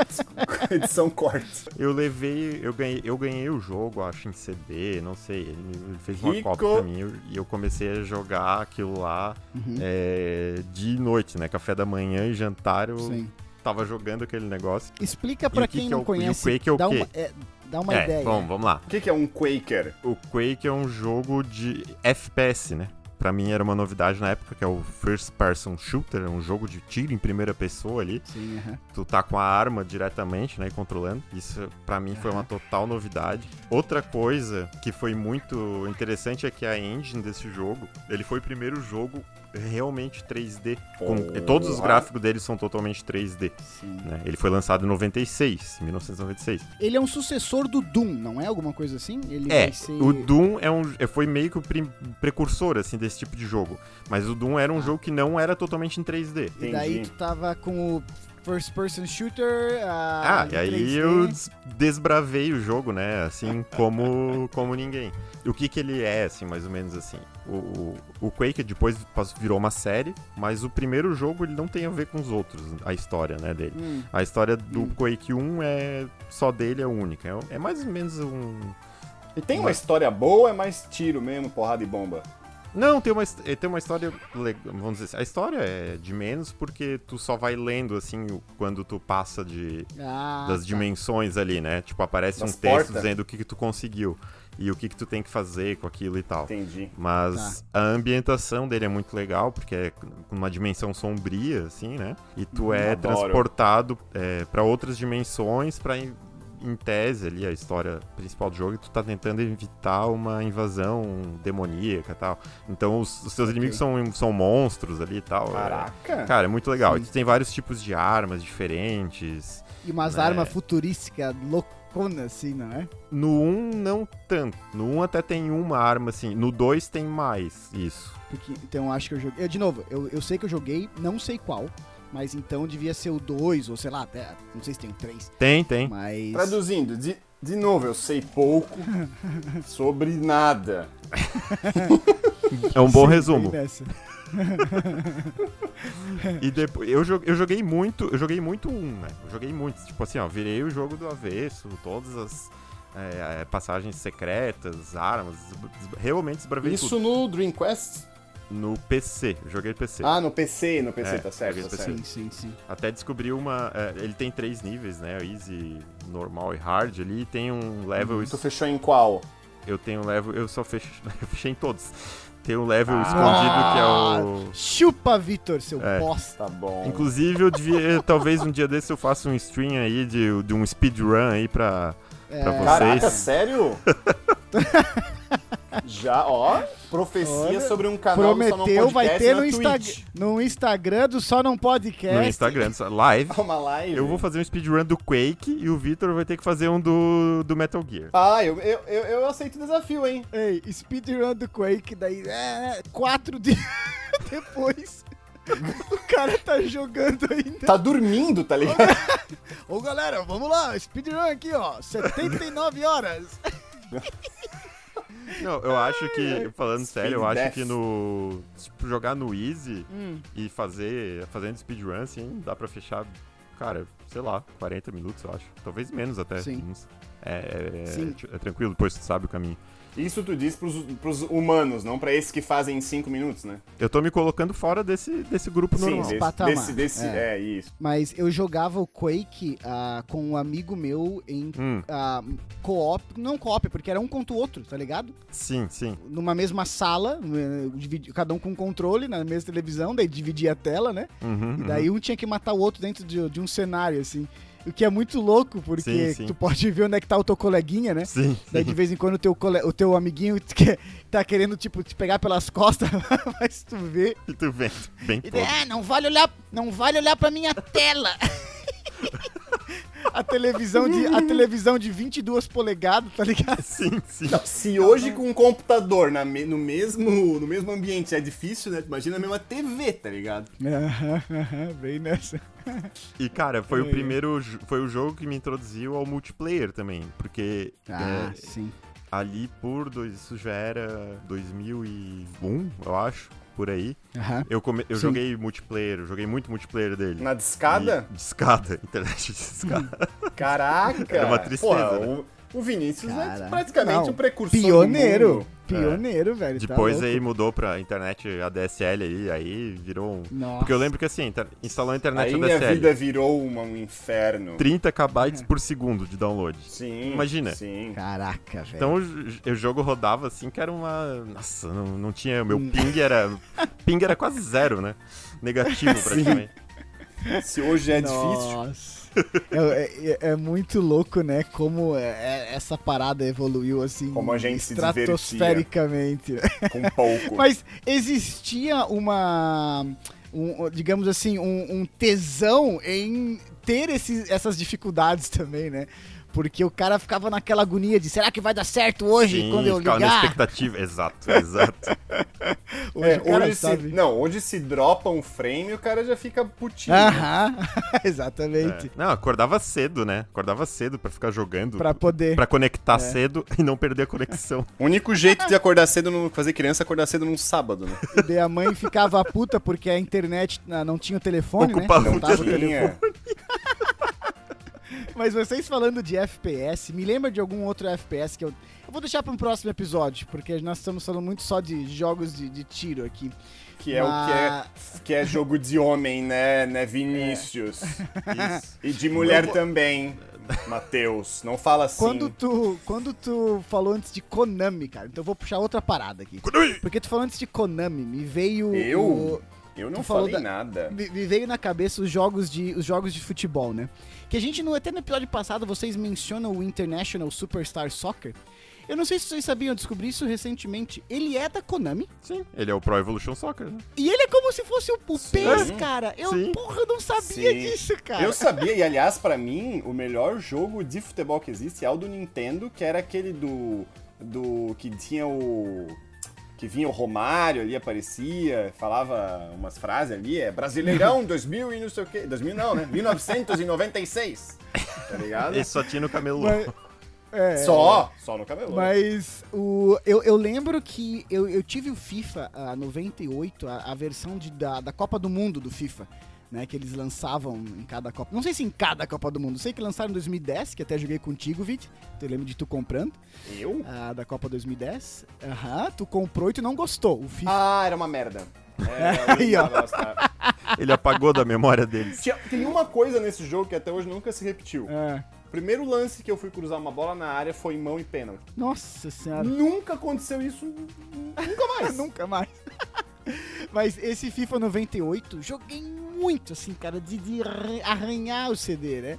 C: Edição corte.
B: Eu levei. Eu ganhei, eu ganhei o jogo, acho, em CD, não sei. Ele, me- ele fez uma
C: Rico.
B: cópia pra mim eu- e eu comecei a jogar aquilo lá
A: Uhum.
B: é, de noite, né? Café da manhã e jantar. Eu
A: Sim.
B: tava jogando aquele negócio.
A: Explica
B: E
A: pra
B: o que
A: quem
B: que é
A: não
B: o- e o
A: conhece.
B: Quake é o
A: dá
B: quê?
A: uma, é, dá uma
B: é,
A: ideia.
B: bom, vamos lá.
C: O que, que é um Quaker?
B: O Quake é um jogo de FPS, né? Pra mim era uma novidade na época, que é o First Person Shooter, é um jogo de tiro em primeira pessoa ali.
A: Sim, aham.
B: Tu tá com a arma diretamente, né, e controlando. Isso pra mim foi uma total novidade. Outra coisa que foi muito interessante é que a engine desse jogo, ele foi o primeiro jogo eh, realmente 3D. Com- e todos os gráficos dele são totalmente 3D.
C: Sim.
B: né? Ele foi lançado em 96, 1996.
A: Ele é um sucessor do Doom, não é alguma coisa assim? Ele
B: É,
A: vai ser...
B: o Doom é um, é- foi meio que o prim- precursor assim desse tipo de jogo, mas o Doom era um jogo que não era totalmente em 3D.
A: E daí
C: Entendi.
A: tu tava com o First Person Shooter, a
B: Ah, e aí
A: 3D.
B: eu des- desbravei o jogo, né? Assim como, como ninguém. O que que ele é, assim, mais ou menos assim? O, o, o Quake depois pas- virou uma série, mas o primeiro jogo ele não tem a ver com os outros, a história, né, dele.
A: Hum,
B: A história do Quake 1 é só dele, é única. É, é mais ou menos um.
C: E tem uma história boa, é mais tiro mesmo, porrada e bomba.
B: Não, tem uma, his- eh, tem uma história. le- Vamos dizer assim, a história é de menos porque tu só vai lendo, assim, o- quando tu passa de,
A: ah,
B: das
A: tá.
B: dimensões ali, né? Tipo, aparece
C: Das
B: um texto
C: portas.
B: dizendo o que, que tu conseguiu e o que, que tu tem que fazer com aquilo e tal.
C: Entendi.
B: Mas
C: Tá.
B: a ambientação dele é muito legal, porque é com uma dimensão sombria, assim, né? E tu é
C: Hum, adoro.
B: transportado é, para outras dimensões, pra em, em tese ali, a história principal do jogo, e tu tá tentando evitar uma invasão demoníaca e tal. Então os, os teus inimigos são, são monstros ali e tal. É,
C: Caraca!
B: cara, é muito legal. E tu tem vários tipos de armas diferentes.
A: tá. E umas
B: né?
A: armas futurísticas louconas, assim, não é?
B: No 1, não tanto. No 1 até tem uma arma, assim. No 2 tem mais isso.
A: Porque, então eu acho que eu joguei. Eu, de novo, eu, eu sei que eu joguei, não sei qual. Mas então devia ser o 2, ou sei lá, até. Não sei se tem o 3.
B: Tem, tem.
A: Mas.
C: Traduzindo, de, de novo, eu sei pouco sobre nada.
B: É um bom
A: Sempre
B: resumo.
A: nessa.
B: E depois, eu, jo- eu joguei muito, eu joguei muito um, né? Eu joguei muito, tipo assim, ó, virei o jogo do avesso, todas as é, é, passagens secretas, armas, des- des- realmente desbravei tudo.
C: Isso no Dreamcast?
B: No PC, eu joguei PC.
C: Ah, no PC, no PC,
B: É,
C: tá certo, tá
B: joguei
C: certo.
A: Sim, sim, sim.
B: Até descobri uma, é, ele tem três níveis, né? Easy, normal e hard ali, e tem um level,
C: Tu fechou em qual?
B: eu tenho um level, eu só fechei, eu fechei em todos. Tem um level
C: Ah.
B: escondido que é o...
A: Chupa, Vitor, seu
B: É.
A: bosta.
C: Tá bom.
B: Inclusive, eu devia, talvez um dia desse eu faça um stream aí de, de um speedrun aí pra, pra vocês.
C: Caraca, sério? Já, ó, profecia
A: Olha,
C: sobre um canal do Salmão
A: Prometeu,
C: Podcast
A: vai ter
C: na
A: no, Insta-
C: Twitch.
A: no Instagram do Só Não Podcast.
B: No Instagram, só- live.
C: Uma live.
B: Eu vou fazer um speedrun do Quake e o Victor vai ter que fazer um do, do Metal Gear.
C: Ah, eu, eu, eu, eu aceito o desafio, hein?
A: Ei, speedrun do Quake, daí. É, é, quatro dias depois. o cara tá jogando ainda.
C: Tá dormindo, tá ligado?
A: Ô galera, vamos lá, speedrun aqui, ó. 79 horas.
B: Não, eu acho que, falando sério, eu acho
C: death.
B: que no. Tipo, jogar no Easy e fazer. Fazendo speedrun, assim, dá pra fechar, cara, sei lá, 40 minutos, eu acho. Talvez menos até.
A: Sim.
B: não sei. É, é- é-
A: Sim.
B: é tranquilo, depois tu sabe o caminho.
C: Isso tu diz pros, pros humanos, não pra esses que fazem em 5 minutos, né?
B: Eu tô me colocando fora desse, desse grupo normal.
C: Sim, desse,
A: Patamar.
C: desse, desse- é. isso.
A: Mas eu jogava o Quake ah, com um amigo meu em
B: Hum,
A: ah, co-op. Não co-op, porque era um contra o outro, tá ligado?
B: sim, sim.
A: Numa mesma sala, eh, dividi- cada um com um controle na mesma televisão, daí dividia a tela, né?
B: Uhum,
A: E daí um tinha que matar o outro dentro de, de um cenário, assim. O que é muito louco, porque
B: Sim, sim.
A: tu pode ver onde é que tá o teu coleguinha, né?
B: uhum. Sim.
A: Daí de vez em quando o teu, cole... o teu amiguinho te quer- tá querendo, tipo, te pegar pelas costas, mas tu vê.
B: E tu vem, bem
A: E
B: pouco.
A: daí, ah, não vale olhar, não vale olhar pra minha tela. a televisão de a televisão de 22 polegadas, tá ligado?
B: Sim, sim.
C: Se
A: né?
C: hoje com um computador na me- no, mesmo, no mesmo ambiente é difícil, né? Tu Imagina mesmo a TV, tá ligado?
A: Aham, aham, Bem nessa.
B: E, cara, foi
A: É.
B: o primeiro. jo- Foi o jogo que me introduziu ao multiplayer também. Porque
A: Ah,
B: é,
A: sim.
B: ali por. dois- Isso já era 2001, eu acho, por aí.
A: Aham.
B: Eu, come- eu
A: Sim.
B: joguei multiplayer, eu joguei muito multiplayer dele.
C: Na discada?
B: E- Discada, internet discada.
A: Hum,
C: Caraca!
B: Era uma tristeza,
C: Pô,
B: né?
C: o, o Vinícius é
A: Cara,
C: praticamente
A: não,
C: um precursor. do
A: Pioneiro.
C: mundo.
A: Pioneiro, velho. tá
B: Depois
A: louco.
B: aí mudou pra internet ADSL aí, aí virou um.
A: Nossa.
B: Porque eu lembro que assim, inter- instalou a internet
C: Aí minha
B: ADSL.
C: vida virou uma- um inferno.
B: 30 KB por segundo de download.
C: Sim.
B: Imagina.
C: Sim.
A: Caraca, velho.
C: É.
B: Então o j- o jogo rodava assim, que era uma. Nossa, não, não tinha. Meu
A: Hum.
B: ping era. ping era quase zero, né? Negativo praticamente.
C: Se hoje é difícil,
A: Nossa. É, é- é muito louco, né? Como é- é- essa parada evoluiu assim
C: Como a gente se divertia.
A: estratosfericamente. né?
C: com pouco.
A: Mas existia uma. um- digamos assim, um, um tesão em ter esses, essas dificuldades também, né? Porque o cara ficava naquela agonia de será que vai dar certo hoje
B: Sim,
A: quando eu
B: ficava na
A: ligar?
B: expectativa. Exato, exato.
A: Hoje
C: É,
A: o cara
C: hoje se,
A: sabe.
C: não, hoje se dropa um frame e o cara já fica putinho. né?
A: Aham,
B: É.
A: exatamente.
B: Não, acordava cedo, né? Acordava cedo pra ficar jogando.
A: Pra poder. É.
B: pra conectar cedo e não perder a conexão.
C: O único jeito de acordar cedo, no, fazer criança é acordar cedo num sábado, né?
A: E daí a mãe ficava puta porque a internet ah, não tinha o telefone,
B: Ocupava
A: né?
B: o
A: Não tava o
B: telefone.
A: telefone. Mas vocês falando de FPS, me lembra de algum outro FPS que eu. Eu vou deixar para um próximo episódio, porque nós estamos falando muito só de jogos de, de tiro aqui.
C: Que é o que é, que é jogo de homem, né, né Vinícius?
B: Isso.
C: E de mulher também, Matheus. Não fala assim.
A: Quando tu, quando tu falou antes de Konami, cara, então eu vou puxar outra parada aqui.
B: Konami!
A: Porque tu falou antes de Konami, me veio.
C: Eu?
A: o-
C: Eu
A: tu
C: não
A: falou
C: falei
A: da-
C: nada.
A: Me, me veio na cabeça os jogos de os jogos de futebol, né? Que a gente não até no episódio passado vocês mencionam o International Superstar Soccer. Eu não sei se vocês sabiam, eu descobri isso recentemente. Ele é da Konami
B: Sim, ele é o Pro Evolution Soccer, né?
A: e ele é como se fosse o, o PES, cara. Eu
B: Sim.
A: porra não sabia
C: Sim.
A: disso, cara.
C: Eu sabia, e aliás, pra mim, o melhor jogo de futebol que existe é o do Nintendo, que era aquele do. do. que tinha o. que vinha o Romário ali, aparecia, falava umas frases ali, é Brasileirão 2000 e não sei o quê. 2000 não, né? 1996. Tá ligado?
B: Ele só tinha no camelô.
A: Mas- é,
C: Só, só no cabelo.
A: Mas o, eu, eu lembro que eu, eu tive o FIFA a 98, a, a versão de- da, da Copa do Mundo do FIFA, né? Que eles lançavam em cada Copa. Não sei se em cada Copa do Mundo. Sei que lançaram em 2010, que até joguei contigo, Vit. Eu lembro de tu comprando,
C: Eu?
A: a da Copa 2010. Aham, tu comprou e tu não gostou. O FIFA.
C: Ah, era uma merda. É,
A: Aí, ó.
C: ó.
B: Ele apagou da memória deles.
C: Tem uma coisa nesse jogo que até hoje nunca se repetiu.
A: É.
C: O primeiro lance que eu fui cruzar uma bola na área foi mão e pênalti.
A: Nossa senhora.
C: Nunca aconteceu isso. Nunca mais.
A: Nunca mais. Mas esse FIFA 98, joguei muito, assim, cara, de, de arran- arranhar o CD, né?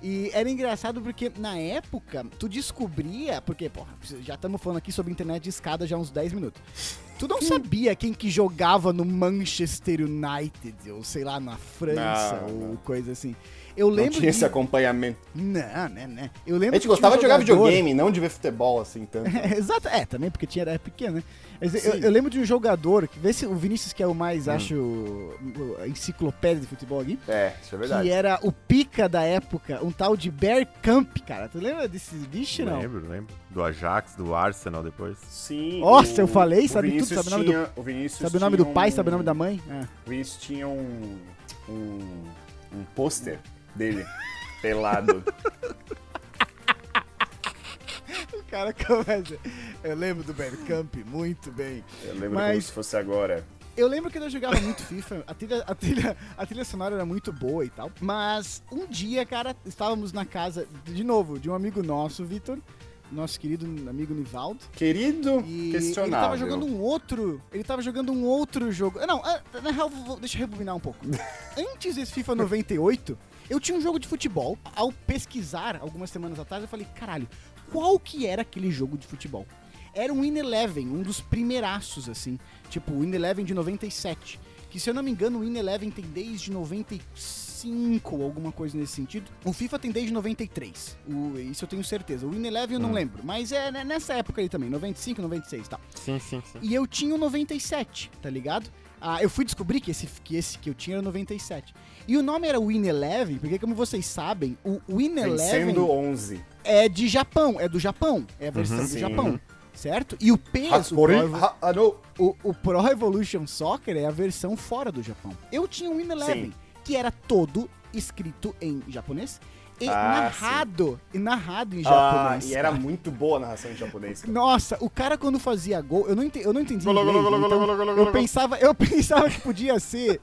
A: E era engraçado porque na época tu descobria, porque, porra, já estamos falando aqui sobre internet de escada já há uns 10 minutos. Tu não sabia quem que jogava no Manchester United, ou sei lá, na França,
C: Não,
A: ou
C: não.
A: coisa assim. Eu
C: Não
A: lembro.
C: tinha
A: de...
C: esse acompanhamento.
A: Não, né, né? Eu lembro
C: A gente
A: que tinha um
C: gostava de jogar
A: jogador-
C: videogame, não de ver futebol assim tanto.
A: é, Exato, é, também porque tinha era pequeno, né? Mas eu,
C: Sim.
A: eu lembro de um jogador, que vê se o Vinícius que é o mais, acho, o- a enciclopédia de futebol aqui,
C: É, isso é
A: que era o pica da época, um tal de Bear Camp, cara. Tu lembra desse bicho, não?
B: Lembro, lembro. Do Ajax, do Arsenal depois.
C: Sim.
A: Nossa, eu falei, sabe tudo,
C: Vinícius
A: sabe o nome do-
C: tinha- o Vinícius
A: Sabe o nome do
C: tinha
A: pai,
C: um-
A: sabe o nome da mãe? É.
C: O Vinícius tinha um. um. um pôster dele. Pelado.
A: O cara começa. Eu lembro do Bear Camp muito bem.
C: Eu lembro como
A: Mas-
C: se fosse agora.
A: Eu lembro que eu jogava muito FIFA, a trilha, a, trilha, a trilha sonora era muito boa e tal. Mas um dia, cara, estávamos na casa, de novo, de um amigo nosso, Vitor, nosso querido amigo Nivaldo.
C: Querido,
A: E ele
C: questionável.
A: tava jogando um outro. Ele tava jogando um outro jogo. Ah, Não, ah, na real, vou- deixa eu rebobinar um pouco. Antes desse FIFA 98, eu tinha um jogo de futebol. Ao pesquisar algumas semanas atrás, eu falei, caralho, qual que era aquele jogo de futebol? Era um In Eleven, um dos primeiraços, assim. Tipo, o In Eleven de 97. Que se eu não me engano, o In Eleven tem desde 95 ou alguma coisa nesse sentido. O FIFA tem desde 93. O- isso eu tenho certeza. O In Eleven eu não lembro. Mas é né, nessa época aí também, 95, 96 e tal.
B: Sim, sim, sim.
A: E eu tinha o 97, tá ligado? Ah, eu fui descobrir que esse que, esse que eu tinha era o 97. E o nome era Win Eleven, porque como vocês sabem, o Win Eleven
C: Vencendo 11.
A: é de Japão, é do Japão, é a versão
B: Uhum,
A: do
C: sim.
A: Japão, certo? E o PES, o Pro,
C: Hattori
A: Evo-
C: Ha- ah, Hano-
A: o, o Pro Evolution Soccer é a versão fora do Japão. Eu tinha o Win Eleven,
C: Sim.
A: que era todo escrito em japonês e
C: Ah, sim.
A: narrado, e narrado em
C: Ah,
A: japonês.
C: e era muito boa a narração em japonês. cara.
A: Nossa, o cara quando fazia gol, eu não entendi, eu não entendi
B: Golo,
A: inglês,
B: golo, golo,
A: então
B: golo, golo,
A: eu
B: golo.
A: pensava, eu pensava que podia ser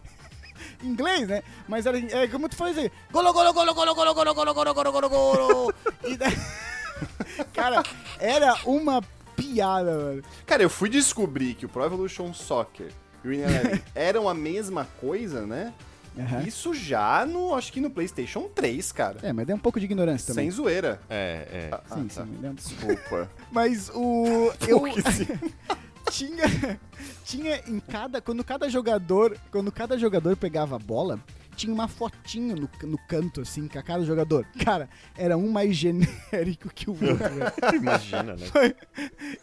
A: inglês, né? Mas era é, como tu fazia, golo golo golo golo golo golo golo golo golo golo golo. E daí, cara, era uma piada, mano.
C: Cara, eu fui descobrir que o Pro Evolution Soccer e o Winner eram a mesma coisa, né?
A: Aham.
C: Isso já no, acho que no PlayStation 3, cara.
A: É, mas é um pouco de ignorância também. Ah,
C: Sem zoeira.
B: É, é.
A: Sim, sim, um me lembro.
C: Desculpa.
A: Mas o. Eu
C: Porque sim.
A: tinha. Tinha em cada. Quando cada jogador. Quando cada jogador pegava a bola, tinha uma fotinho no, no canto, assim, com a cada jogador. Cara, era um mais genérico que o outro. né?
B: Imagina, né?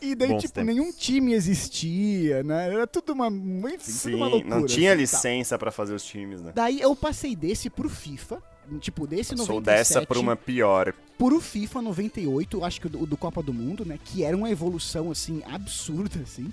A: E daí,
B: Bons
A: tipo,
B: tempos.
A: nenhum time existia, né? Era tudo uma. Enfim, tudo uma
C: Sim,
A: loucura.
C: não tinha
A: assim, tá.
C: licença pra fazer os times, né?
A: Daí eu passei desse pro FIFA. Tipo, desse 97.
C: Sou dessa pra uma pior.
A: por o FIFA 98, acho que o do, o do Copa do Mundo, né? Que era uma evolução, assim, absurda, assim.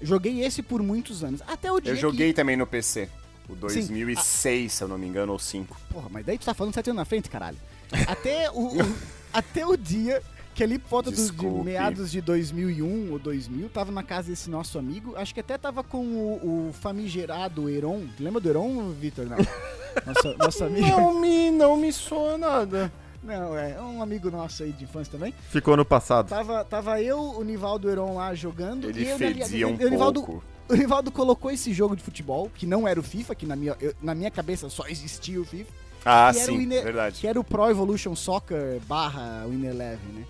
A: Joguei esse por muitos anos. Até o dia
C: Eu joguei também no PC. O 2006,
A: 2006,
C: se eu não me engano, ou 5.
A: que... Porra, mas daí tu tá falando sete anos na frente, caralho. Até o, o- até o dia que ali por volta dos de
C: Desculpe.
A: meados de 2001 ou 2000, tava na casa desse nosso amigo, acho que até tava com o, o famigerado Heron. Tu Lembra do Heron, Vitor? Não. Nosso, nosso amigo...
C: me, não me soa nada.
A: Não, é um amigo nosso aí de infância também.
B: Ficou no passado.
A: Tava, tava eu, o Nivaldo Heron lá Tá jogando.
C: Ele
A: e eu,
C: fedia um
A: o Nivaldo,
C: pouco.
A: O Rivaldo colocou esse jogo de futebol, que não era o FIFA, que na minha, eu- na minha cabeça só existia o FIFA,
C: Ah,
A: que era
C: sim,
A: o Ine-
C: verdade.
A: que era o Pro Evolution Soccer barra Winner Eleven, né?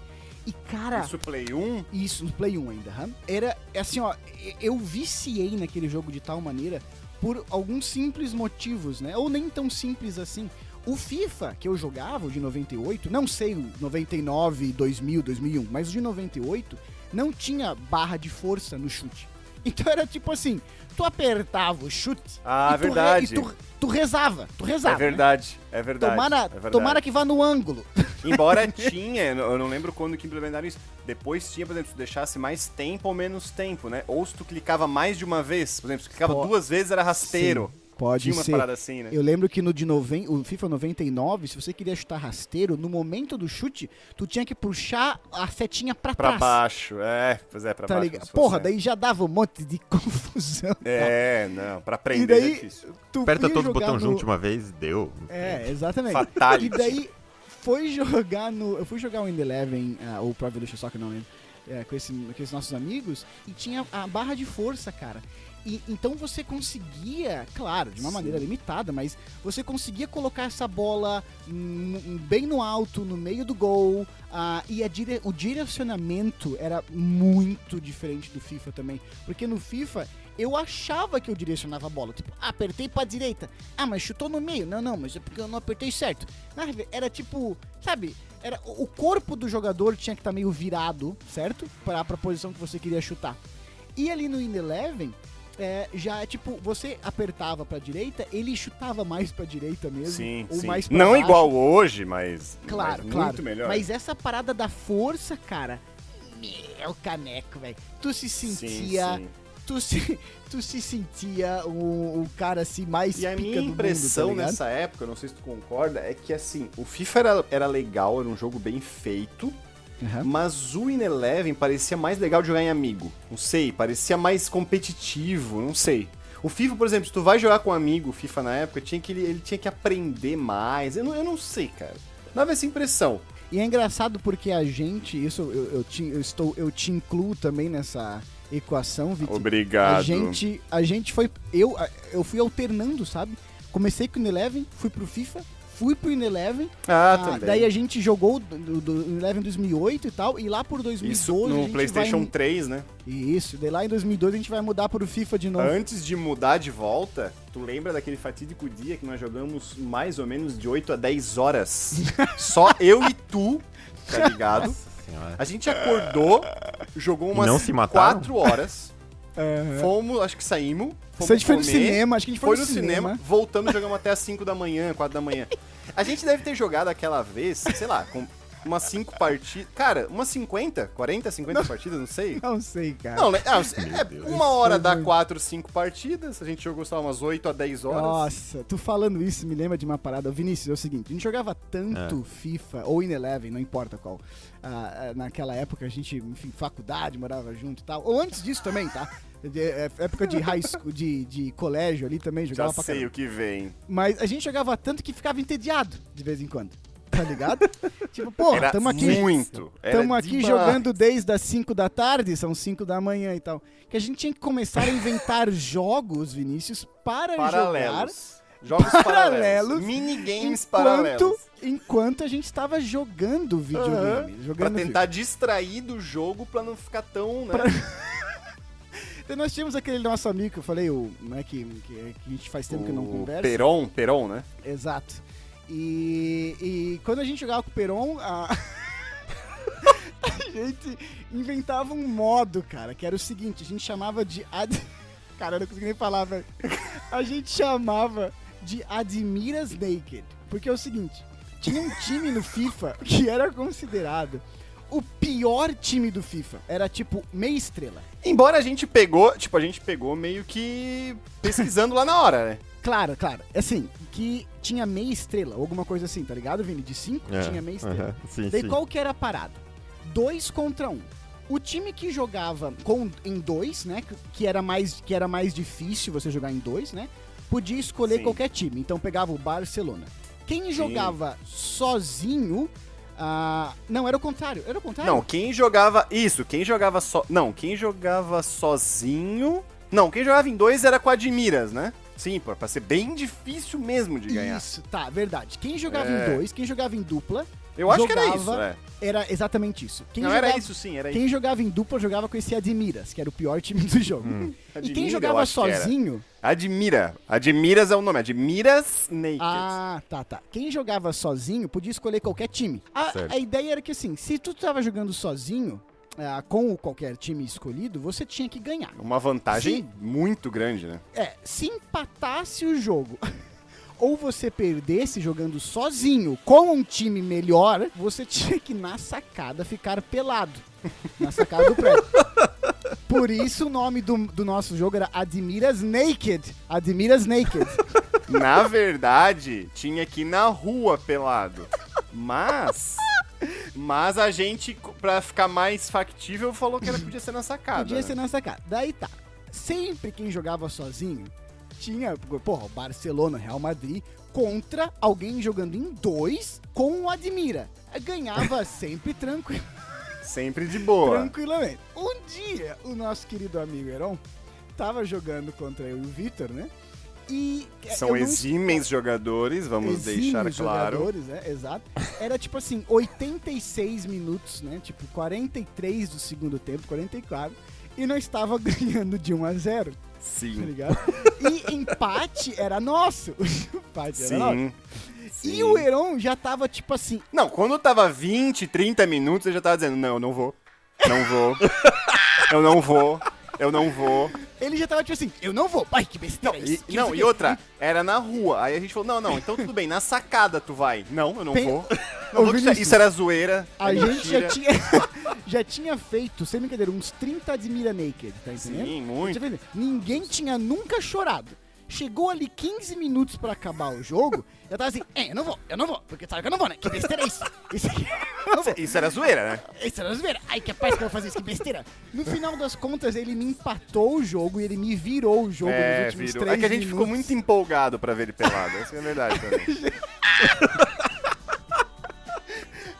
A: E cara, isso,
C: Isso Play 1?
A: no Play 1 ainda, hã? era assim, ó, e- eu viciei naquele jogo de tal maneira por alguns simples motivos, né? Ou nem tão simples assim. O FIFA que eu jogava, o de 98, não sei, o 99, 2000, 2001, mas o de 98 não tinha barra de força no chute. Então era tipo assim, tu apertava o chute
C: Ah,
A: tu re-
C: verdade.
A: tu, tu rezava, tu rezava.
C: É verdade, é
A: Né?
C: verdade.
A: Tomara,
C: é verdade.
A: tomara que vá no ângulo.
C: Embora tinha, eu não lembro quando que implementaram isso. Depois tinha, por exemplo, se tu deixasse mais tempo ou menos tempo, né? Ou se tu clicava mais de uma vez, por exemplo, se tu clicava
A: Pô.
C: duas vezes era rasteiro.
A: Sim, pode
C: tinha umas
A: ser.
C: paradas assim, né?
A: Eu lembro que no de noven... o FIFA 99, se você queria chutar rasteiro, no momento do chute, tu tinha que puxar a setinha pra,
C: Pra
A: trás.
C: baixo, é, pois é, pra
A: Tá
C: baixo.
A: ligado?
C: como se fosse,
A: Porra,
C: né?
A: daí já dava um monte de confusão.
C: É, não, pra
A: e
C: aprender é
A: daí,
C: difícil.
A: tu
B: Aperta
A: ia
B: todo o
A: jogar
B: botão
A: no-
B: junto de uma vez e deu.
A: É, exatamente.
C: Fatality.
A: E daí foi jogar no. Eu fui jogar o Wind Eleven, ah, ou Pro Evolution Soccer, não lembro, é, com, esse- com esses nossos amigos, e tinha a barra de força, cara. E, então você conseguia, claro, de uma maneira limitada, mas você conseguia colocar essa bola hum, hum, bem no alto, no meio do gol, ah, e a dire- o direcionamento era muito diferente do FIFA também. Porque no FIFA eu achava que eu direcionava a bola. Tipo, ah, apertei pra direita. Ah, mas chutou no meio. Não, não, mas é porque eu não apertei certo. Na real, Era tipo, sabe? Era, o o corpo do jogador tinha que estar meio virado, certo? Pra, pra posição que você queria chutar. E ali no In Eleven, é, já, tipo, você apertava pra direita, ele chutava mais pra direita mesmo.
C: Sim,
A: ou
C: sim.
A: mais pra
C: Não
A: baixo.
C: igual hoje, mas,
A: Claro,
C: mas
A: claro.
C: muito melhor.
A: Mas essa parada da força, cara, meu caneco, velho. Tu se
C: Sim,
A: sentia
C: sim.
A: tu se, tu se sentia o, o cara assim mais
C: E a
A: pica
C: minha
A: do
C: impressão
A: mundo, tá ligado?
C: nessa época, eu não sei se tu concorda, é que assim, o FIFA era, era legal, era um jogo bem feito,
A: Aham.
C: mas o In Eleven parecia mais legal de jogar em amigo. Não sei, parecia mais competitivo, não sei. O FIFA, por exemplo, se tu vai jogar com um amigo, o FIFA na época, tinha que, ele, ele tinha que aprender mais. Eu não, eu não sei, cara. Dava essa impressão.
A: E é engraçado porque a gente, isso eu, eu te, eu estou, eu te incluo também nessa equação, Vitor.
C: Obrigado.
A: A gente, a gente foi, eu, eu fui alternando, sabe? Comecei com o Ineleven, fui pro FIFA, fui pro Ineleven,
C: Ah,
A: ah,
C: também.
A: daí a gente jogou do, do, do Ineleven 2008 e tal, e lá por 2012
C: Isso
A: a gente
C: no
A: vai-
C: PlayStation 3, né?
A: Isso, daí lá em 2012 a gente vai mudar pro FIFA de novo.
C: Antes de mudar de volta, tu lembra daquele fatídico dia que nós jogamos mais ou menos de 8 a 10 horas? Só eu e tu, tá ligado?
B: Nossa senhora.
C: A gente acordou, jogou
B: E
C: umas
B: não se mataram?
C: 4 horas,
A: É.
C: fomos, acho que saímos,
A: Se a
C: fomos
A: gente foi no
C: comer,
A: cinema, acho que a gente
C: foi no cinema, voltamos e jogamos até as 5 da manhã, 4 da manhã. A gente deve ter jogado aquela vez, sei lá, com umas 5 partidas, cara, umas 50, 40, 50 partidas, não sei.
A: Não sei, cara.
C: Não, né? Ah, é,
B: Meu Deus.
C: uma hora
A: Foi
C: dá
A: muito.
C: quatro, cinco partidas. A gente jogou só umas 8 a 10 horas.
A: Nossa, tu falando isso me lembra de uma parada. Vinícius, é o seguinte, a gente jogava
C: É.
A: tanto FIFA ou In Eleven, não importa qual. ah, ah, naquela época a gente, enfim, faculdade, morava junto e tal. Ou antes disso também, tá? De- é, época de high school, de, de colégio ali também, jogava
C: Já
A: pra
C: sei
A: caramba.
C: o que vem.
A: Mas a gente jogava tanto que ficava entediado de vez em quando. Tá ligado? tipo, porra,
C: Era
A: tamo aqui.
C: muito. era
A: Estamos aqui
C: demais.
A: jogando desde as 5 da tarde, são 5 da manhã e tal. Que a gente tinha que começar a inventar jogos, Vinícius, para É, jogar
C: paralelos. Jogos
A: Paralelos,
C: paralelos. Minigames
A: Enquanto,
C: paralelos.
A: enquanto a gente estava jogando videogame.
C: Pra
A: Jogando assim.
C: tentar distrair do jogo pra não ficar tão, né?
A: videogame. Então nós tínhamos aquele nosso amigo que eu falei, o, né, que, que, que a gente faz tempo que não
C: O
A: conversa.
C: Peron, Peron, né?
A: Exato. E, e quando a gente jogava com o Peron, a... a gente inventava um modo, cara, que era o seguinte, a gente chamava de... Ad... Cara, eu não consegui nem falar, velho. A gente chamava de Admiras Naked. Porque é o seguinte, tinha um time no FIFA que era considerado o pior time do FIFA. Era tipo meia estrela.
C: Embora a gente pegou, tipo, a gente pegou meio que pesquisando lá na hora, né?
A: Claro, claro. Assim, que tinha meia estrela, alguma coisa assim, tá ligado, Vini? De cinco
B: É,
A: tinha meia estrela.
B: aham, Sim,
A: Daí
B: sim.
A: qual que era a parada? Dois contra um. O time que jogava com, em dois, né? que- Que era, mais, que era mais difícil você jogar em dois, né? Podia escolher
C: Sim.
A: qualquer time. Então pegava o Barcelona. Quem jogava sozinho. ah, não, era o contrário. Era o contrário?
C: Não, quem jogava isso, quem jogava só, não, quem jogava sozinho, não, quem jogava em dois era com a de miras, né? Sim, pô, pra ser bem difícil mesmo de ganhar.
A: Isso, tá, verdade. Quem jogava
C: É.
A: em dois, quem jogava em dupla,
C: Eu acho que era
A: Jogava-
C: isso, né?
A: era exatamente isso. Quem
C: Não,
A: jogava,
C: era isso sim, era isso.
A: Quem jogava em dupla jogava com esse Admiras, que era o pior time do jogo. E
C: Admira,
A: quem
C: Hum. eu
A: jogava
C: acho que era.
A: sozinho,
C: Admira. Admiras é o nome. Admiras Naked.
A: Ah, tá, tá. Quem jogava sozinho podia escolher qualquer time. A,
B: Certo.
A: a ideia era que assim, se tu tava jogando sozinho, ah, com o qualquer time escolhido, você tinha que ganhar.
C: Uma vantagem
A: Sim.
C: muito grande, né?
A: É, se empatasse o jogo. Ou você perdesse jogando sozinho com um time melhor, você tinha que na sacada ficar pelado. Na sacada do prédio. Por isso o nome do, do nosso jogo era Admiras Naked. Admiras Naked.
C: Na verdade, tinha que ir na rua pelado. Mas. Mas a gente, pra ficar mais factível, falou que ela podia ser na sacada.
A: Podia ser
C: né?
A: nessa cara. Daí tá. Sempre quem jogava sozinho tinha, porra, o Barcelona, Real Madrid, contra alguém jogando em dois com o Admira. Ganhava sempre tranquilo,
C: Sempre de boa.
A: tranquilamente. Um dia, o nosso querido amigo Heron tava jogando contra eu e o Vitor, né? E É, eu
C: São
A: não-
C: exímeis jogadores, vamos
A: exímios
C: deixar claro.
A: jogadores, né? Exato. Era tipo assim, 86 minutos, né? Tipo, 43 do segundo tempo, 44. E nós estava ganhando de 1 a 0 tá
C: Sim.
A: ligado? E empate era nosso. O empate era nosso.
C: Sim.
A: E
C: sim.
A: o Heron já tava tipo assim,
C: Não, quando tava 20, 30 minutos, eu já tava dizendo: não, eu não vou. Não vou. eu não vou. Eu não vou.
A: ele já tava tipo assim, eu não vou, pai, que besteira
C: Não,
A: é
C: e,
A: isso, que
C: não,
A: sei
C: e
A: o quê."
C: outra, era na rua. Aí a gente falou, não, não, então tudo bem, na sacada tu vai. Não, eu não
A: Tem-
C: vou.
A: Ô,
C: Não vou que isso, é,
A: Vinícius,
C: isso era zoeira.
A: A
C: é
A: gente já
C: mentira.
A: tinha, já tinha feito, sem brincadeira, uns 30 de Mira Naked, tá entendendo?
C: Sim,
A: Tá
C: muito.
A: vendo? Ninguém tinha nunca chorado. Chegou ali 15 minutos pra acabar o jogo, eu tava assim, é, eu não vou, eu não vou, porque sabe que eu não vou, né? Que besteira é isso? Isso aqui, eu não vou.
C: Isso era zoeira, né?
A: Isso era zoeira. Ai, que paz que eu vou fazer isso, que besteira. No final das contas, ele me empatou o jogo e ele me virou o jogo nos
C: É,
A: últimos
C: virou.
A: três
C: É que a gente ficou
A: minutos.
C: muito empolgado pra ver ele pelado. Essa é a verdade também.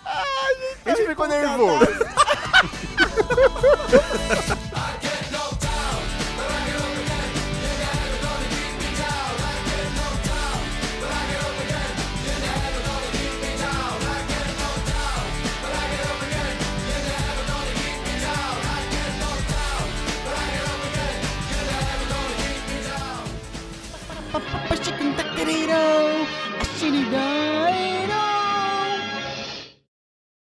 C: a
A: tá
C: gente ficou nervoso.
A: tá Papai, chicken taqueriro, a xeridão.